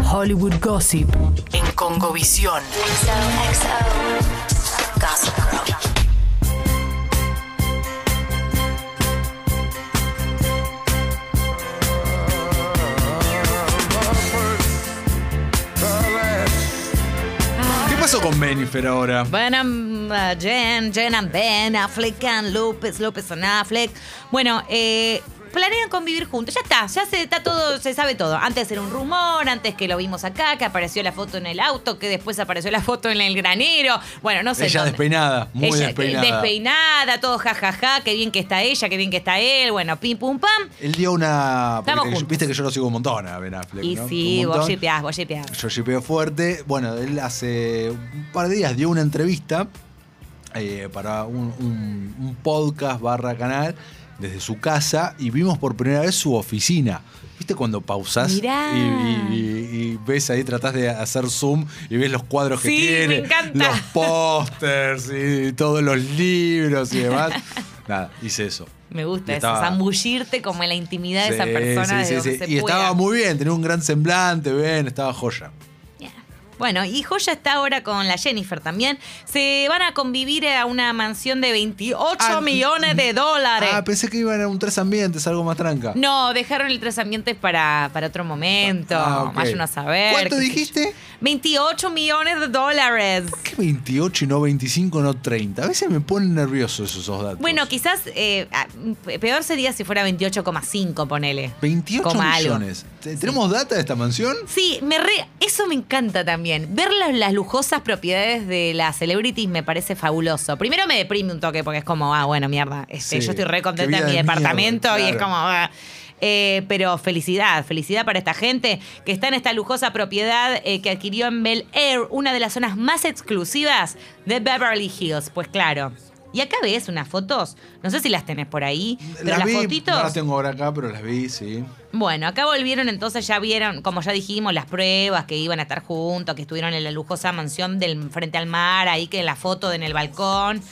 Hollywood Gossip en Congovisión. XOXO Gossip Girl. ¿Qué pasó con Benifer ahora? Bueno, mm, uh, Jen, Jen and Ben, Affleck and López, López and Affleck. Bueno, eh, planean convivir juntos. Ya está, ya se está todo, se sabe todo. Antes era un rumor, antes que lo vimos acá, que apareció la foto en el auto, que después apareció la foto en el granero. Bueno, no sé. Ella dónde. despeinada, muy Ella, eh, despeinada. despeinada, todo jajaja, qué bien que está ella, qué bien que está él. Bueno, pim pum pam. Él dio una. porque Estamos te- juntos. Viste que yo lo sigo un montón a Ben Affleck. Y ¿no? sí, Un vos montón. shipeás, vos shipeás. Yo shipeo fuerte. Bueno, él hace un par de días dio una entrevista eh, para un, un- un podcast barra canal desde su casa y vimos por primera vez su oficina. ¿Viste cuando pausás y, Mirá. y- y- y ves ahí, tratás de hacer zoom y ves los cuadros que Sí, me tiene, encanta. los pósters y todos los libros y demás? Nada, hice eso. Me gusta Y eso, estaba- zambullirte como en la intimidad de esa Sí, persona. sí, de sí, donde sí. se Y pueda. estaba muy bien, tenía un gran semblante, ven, estaba joya. Bueno, y Joya está ahora con la Jennifer también. Se van a convivir a una mansión de 28 Ah, millones de dólares. Ah, pensé que iban a un tres ambientes, algo más tranca. no, dejaron el tres ambientes para, para otro momento. Ah, ok. Vayan a saber. ¿Cuánto qué sé dijiste? yo. 28 millones de dólares. ¿Por qué 28 y no 25, no 30? A veces me ponen nervioso esos dos datos. Bueno, quizás eh, ah, pe- peor sería si fuera 28,5, ponele. 28 coma algo. millones. ¿Te- ¿Tenemos data de esta mansión? Sí, me re- eso me encanta también. Ver las, las lujosas propiedades de las celebrities me parece fabuloso. Primero me deprime un toque porque es como, ah, bueno, mierda. este, Sí, yo estoy re qué contenta en vida mi de mierda, departamento y es claro. como. ah. Eh, pero felicidad, felicidad para esta gente que está en esta lujosa propiedad eh, que adquirió en Bel Air, una de las zonas más exclusivas de Beverly Hills. Pues claro. Y acá ves unas fotos, no sé si las tenés por ahí, pero las, vi, fotitos. no las tengo ahora acá, pero las vi, sí. Bueno, acá volvieron, entonces ya vieron, como ya dijimos, las pruebas que iban a estar juntos, que estuvieron en la lujosa mansión del frente al mar, ahí que en la foto en el balcón.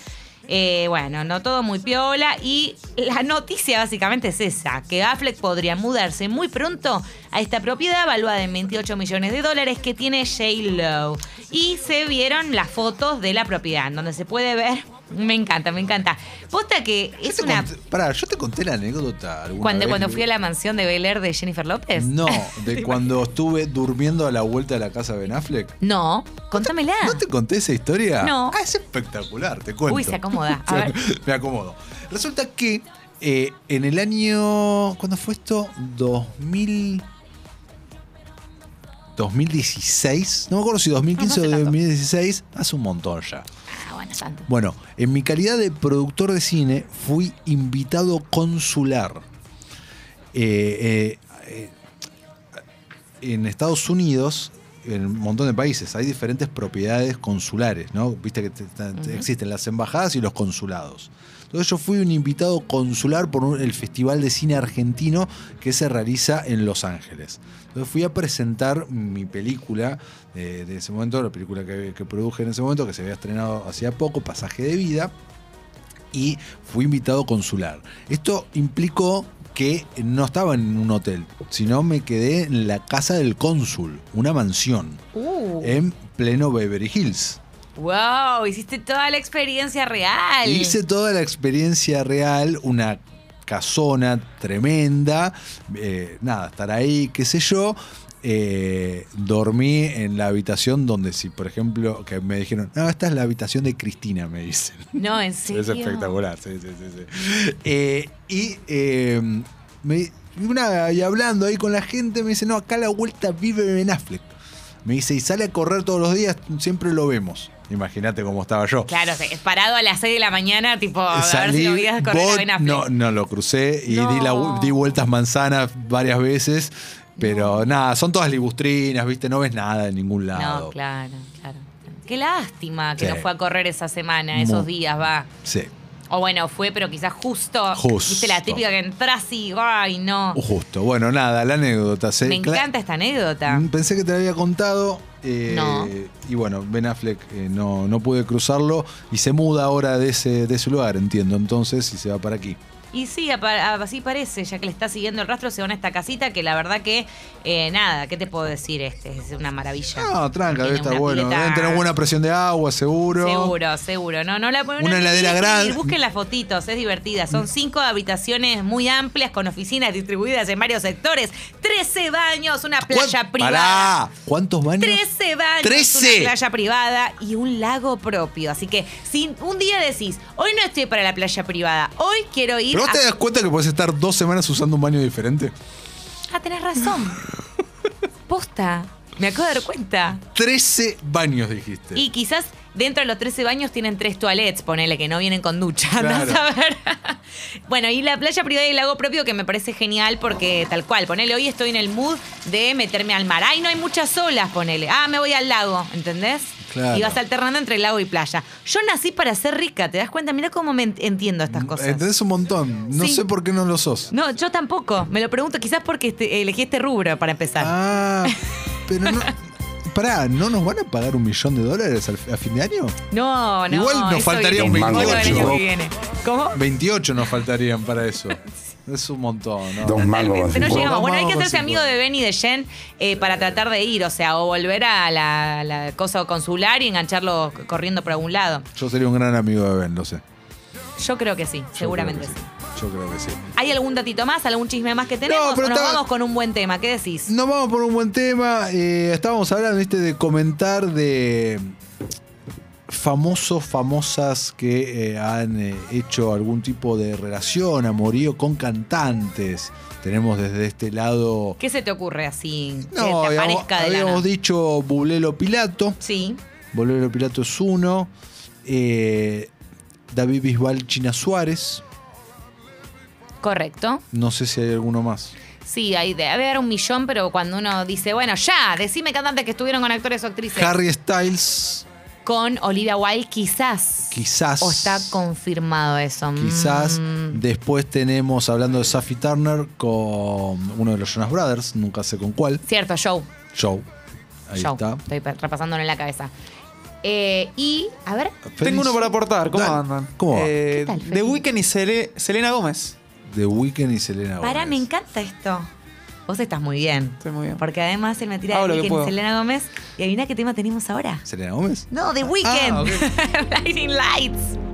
Eh, bueno, no todo muy piola. Y la noticia básicamente es esa: que Affleck podría mudarse muy pronto a esta propiedad valuada en 28 millones de dólares que tiene J-Lo. Y se vieron las fotos de la propiedad, en donde se puede ver. Me encanta, me encanta. Posta que Yo es te una. conté- pará, yo te conté la anécdota alguna Cuando, vez. cuando fui a la mansión de Bel Air de Jennifer López. No, de cuando estuve durmiendo a la vuelta de la casa de Ben Affleck. No, contámela. ¿No te conté esa historia? No. Ah, es espectacular, te cuento. Uy, se acomoda. A ver. Me acomodo. Resulta que eh, en el año. ¿Cuándo fue esto? 2000. 2016. No me acuerdo si 2015 Ah, no hace o tanto. 2016. Hace un montón ya. Ah, bueno, tanto. Bueno, en mi calidad de productor de cine fui invitado consular. Eh, eh, eh, en Estados Unidos, en un montón de países, hay diferentes propiedades consulares, ¿no? Viste que te- te- existen las embajadas y los consulados. Entonces yo fui un invitado consular por un- el Festival de Cine Argentino que se realiza en Los Ángeles. Entonces fui a presentar mi película eh, de ese momento, la película que, que produje en ese momento, que se había estrenado hacía poco, Pasaje de Vida, y fui invitado consular. Esto implicó que no estaba en un hotel, sino me quedé en la casa del cónsul, una mansión, Uh, en pleno Beverly Hills. wow, hiciste toda la experiencia real. Hice toda la experiencia real, una casona tremenda, eh, nada, estar ahí, qué sé yo. Eh, dormí en la habitación donde si, por ejemplo, que me dijeron, no, esta es la habitación de Cristina, me dicen. No, en serio. Es espectacular, sí, sí, sí. sí. Eh, y, eh, me- y una- y hablando ahí con la gente, me dice, no, acá a la vuelta vive Ben Affleck. Me dice, y sale a correr todos los días, siempre lo vemos. Imagínate cómo estaba yo. Claro, sí, parado a las 6 de la mañana, tipo, a ver si Salí, lo veías correr a bot- Ben Affleck. no, no lo crucé y di, la vu- No. di vueltas manzanas varias veces, pero nada, son todas libustrinas, ¿viste? No ves nada en ningún lado. No, claro, claro. Qué lástima que Sí. no fue a correr esa semana, Mu- esos días, va. Sí, O bueno, fue, pero quizás justo. Justo. Viste la típica que entras y, ay, no. justo. Bueno, nada, la anécdota. se- Me cla- encanta esta anécdota. Mm, Pensé que te la había contado. eh, No. Y bueno, Ben Affleck eh, no, no pude cruzarlo y se muda ahora de ese, de ese lugar, entiendo. Entonces, y se va para aquí. Y sí, apa- así parece, ya que le está siguiendo el rastro, se van a esta casita que la verdad que, eh, nada, ¿qué te puedo decir? Este es una maravilla. No, tranca, debe Tiene estar una bueno. pileta- Deben tener buena presión de agua, seguro. Seguro, seguro. No, no la no, Una no, heladera tienen que grande. ir, Busquen las fotitos, es divertida. Son cinco habitaciones muy amplias con oficinas distribuidas en varios sectores. 13 baños, una ¿Cuán- playa privada. Pará. ¿Cuántos baños? 13 baños, 13. una playa privada y un lago propio. Así que si un día decís, hoy no estoy para la playa privada, hoy quiero ir ¿Pero vos a... te das cuenta que podés estar dos semanas usando un baño diferente? Ah, tenés razón. Posta. Me acabo de dar cuenta. 13 baños, dijiste. Y quizás dentro de los 13 baños tienen tres toilets, ponele que no vienen con ducha. andá a Claro. saber. bueno, y la playa privada y el lago propio que me parece genial porque tal cual, ponele, hoy estoy en el mood de meterme al mar. Ay, no hay muchas olas, ponele. Ah, me voy al lago, ¿entendés? Claro. Y vas alternando entre lago y playa. Yo nací para ser rica, ¿te das cuenta? Mira cómo me en- entiendo estas cosas. Entendés un montón. No Sí. sé por qué no lo sos. No, yo tampoco. Me lo pregunto, quizás porque este- elegí este rubro para empezar. Ah, pero no. Pará, ¿no nos van a pagar un millón de dólares al- a fin de año? No, no. Igual nos eso faltaría viene. un Bueno, el año 28. que viene. ¿Cómo? 28 nos faltarían para eso. Es un montón, ¿no? Dos mangos con Pero no cincuenta. llegamos. Bueno, hay que Vamos, hacerse amigo cincuenta. de Ben y de Jen eh, para tratar de ir, o sea, o volver a la, la cosa consular y engancharlo c- corriendo por algún lado. Yo sería un gran amigo de Ben, lo sé. Yo Yo creo que sí, creo seguramente que sí. sí. Yo creo que sí. ¿Hay algún datito más, algún chisme más que tenemos? pero o nos estaba- vamos con un buen tema, ¿qué decís? Nos vamos por un buen tema. Eh, estábamos hablando, viste, de comentar de famosos, famosas que eh, han eh, hecho algún tipo de relación, amorío con cantantes. Tenemos desde este lado. ¿Qué se te ocurre así? No, que te habíamos, aparezca de la habíamos nada? dicho Bulelo Pilato. Sí, Bulelo Pilato es uno. Eh, David Bisbal China Suárez. correcto. No sé si hay alguno más. Sí, hay, debe haber un millón, pero cuando uno dice, bueno, ya, decime cantantes que estuvieron con actores o actrices. Harry Styles, Con Olivia Wilde, quizás. quizás. O está confirmado eso. Quizás. Mm. Después tenemos, hablando de Safi Turner, con uno de los Jonas Brothers, nunca sé con cuál. Cierto, show. Joe. Ahí show. está. Estoy pe- repasándolo en la cabeza. Eh, y, a ver, Feliz- Tengo uno para aportar. ¿Cómo Dale. andan? ¿Cómo va? Eh, ¿Qué tal, The Feli? Weeknd y Sele- Selena Gómez. The Weeknd y Selena para, Gómez. me encanta esto. Vos estás muy bien. Estoy muy bien. Porque además él me tira Hago de lo que Weekend puedo. Selena Gómez. Y adivina qué tema tenemos ahora. ¿Selena Gómez? No, The Weeknd. Ah, Lightning Lights.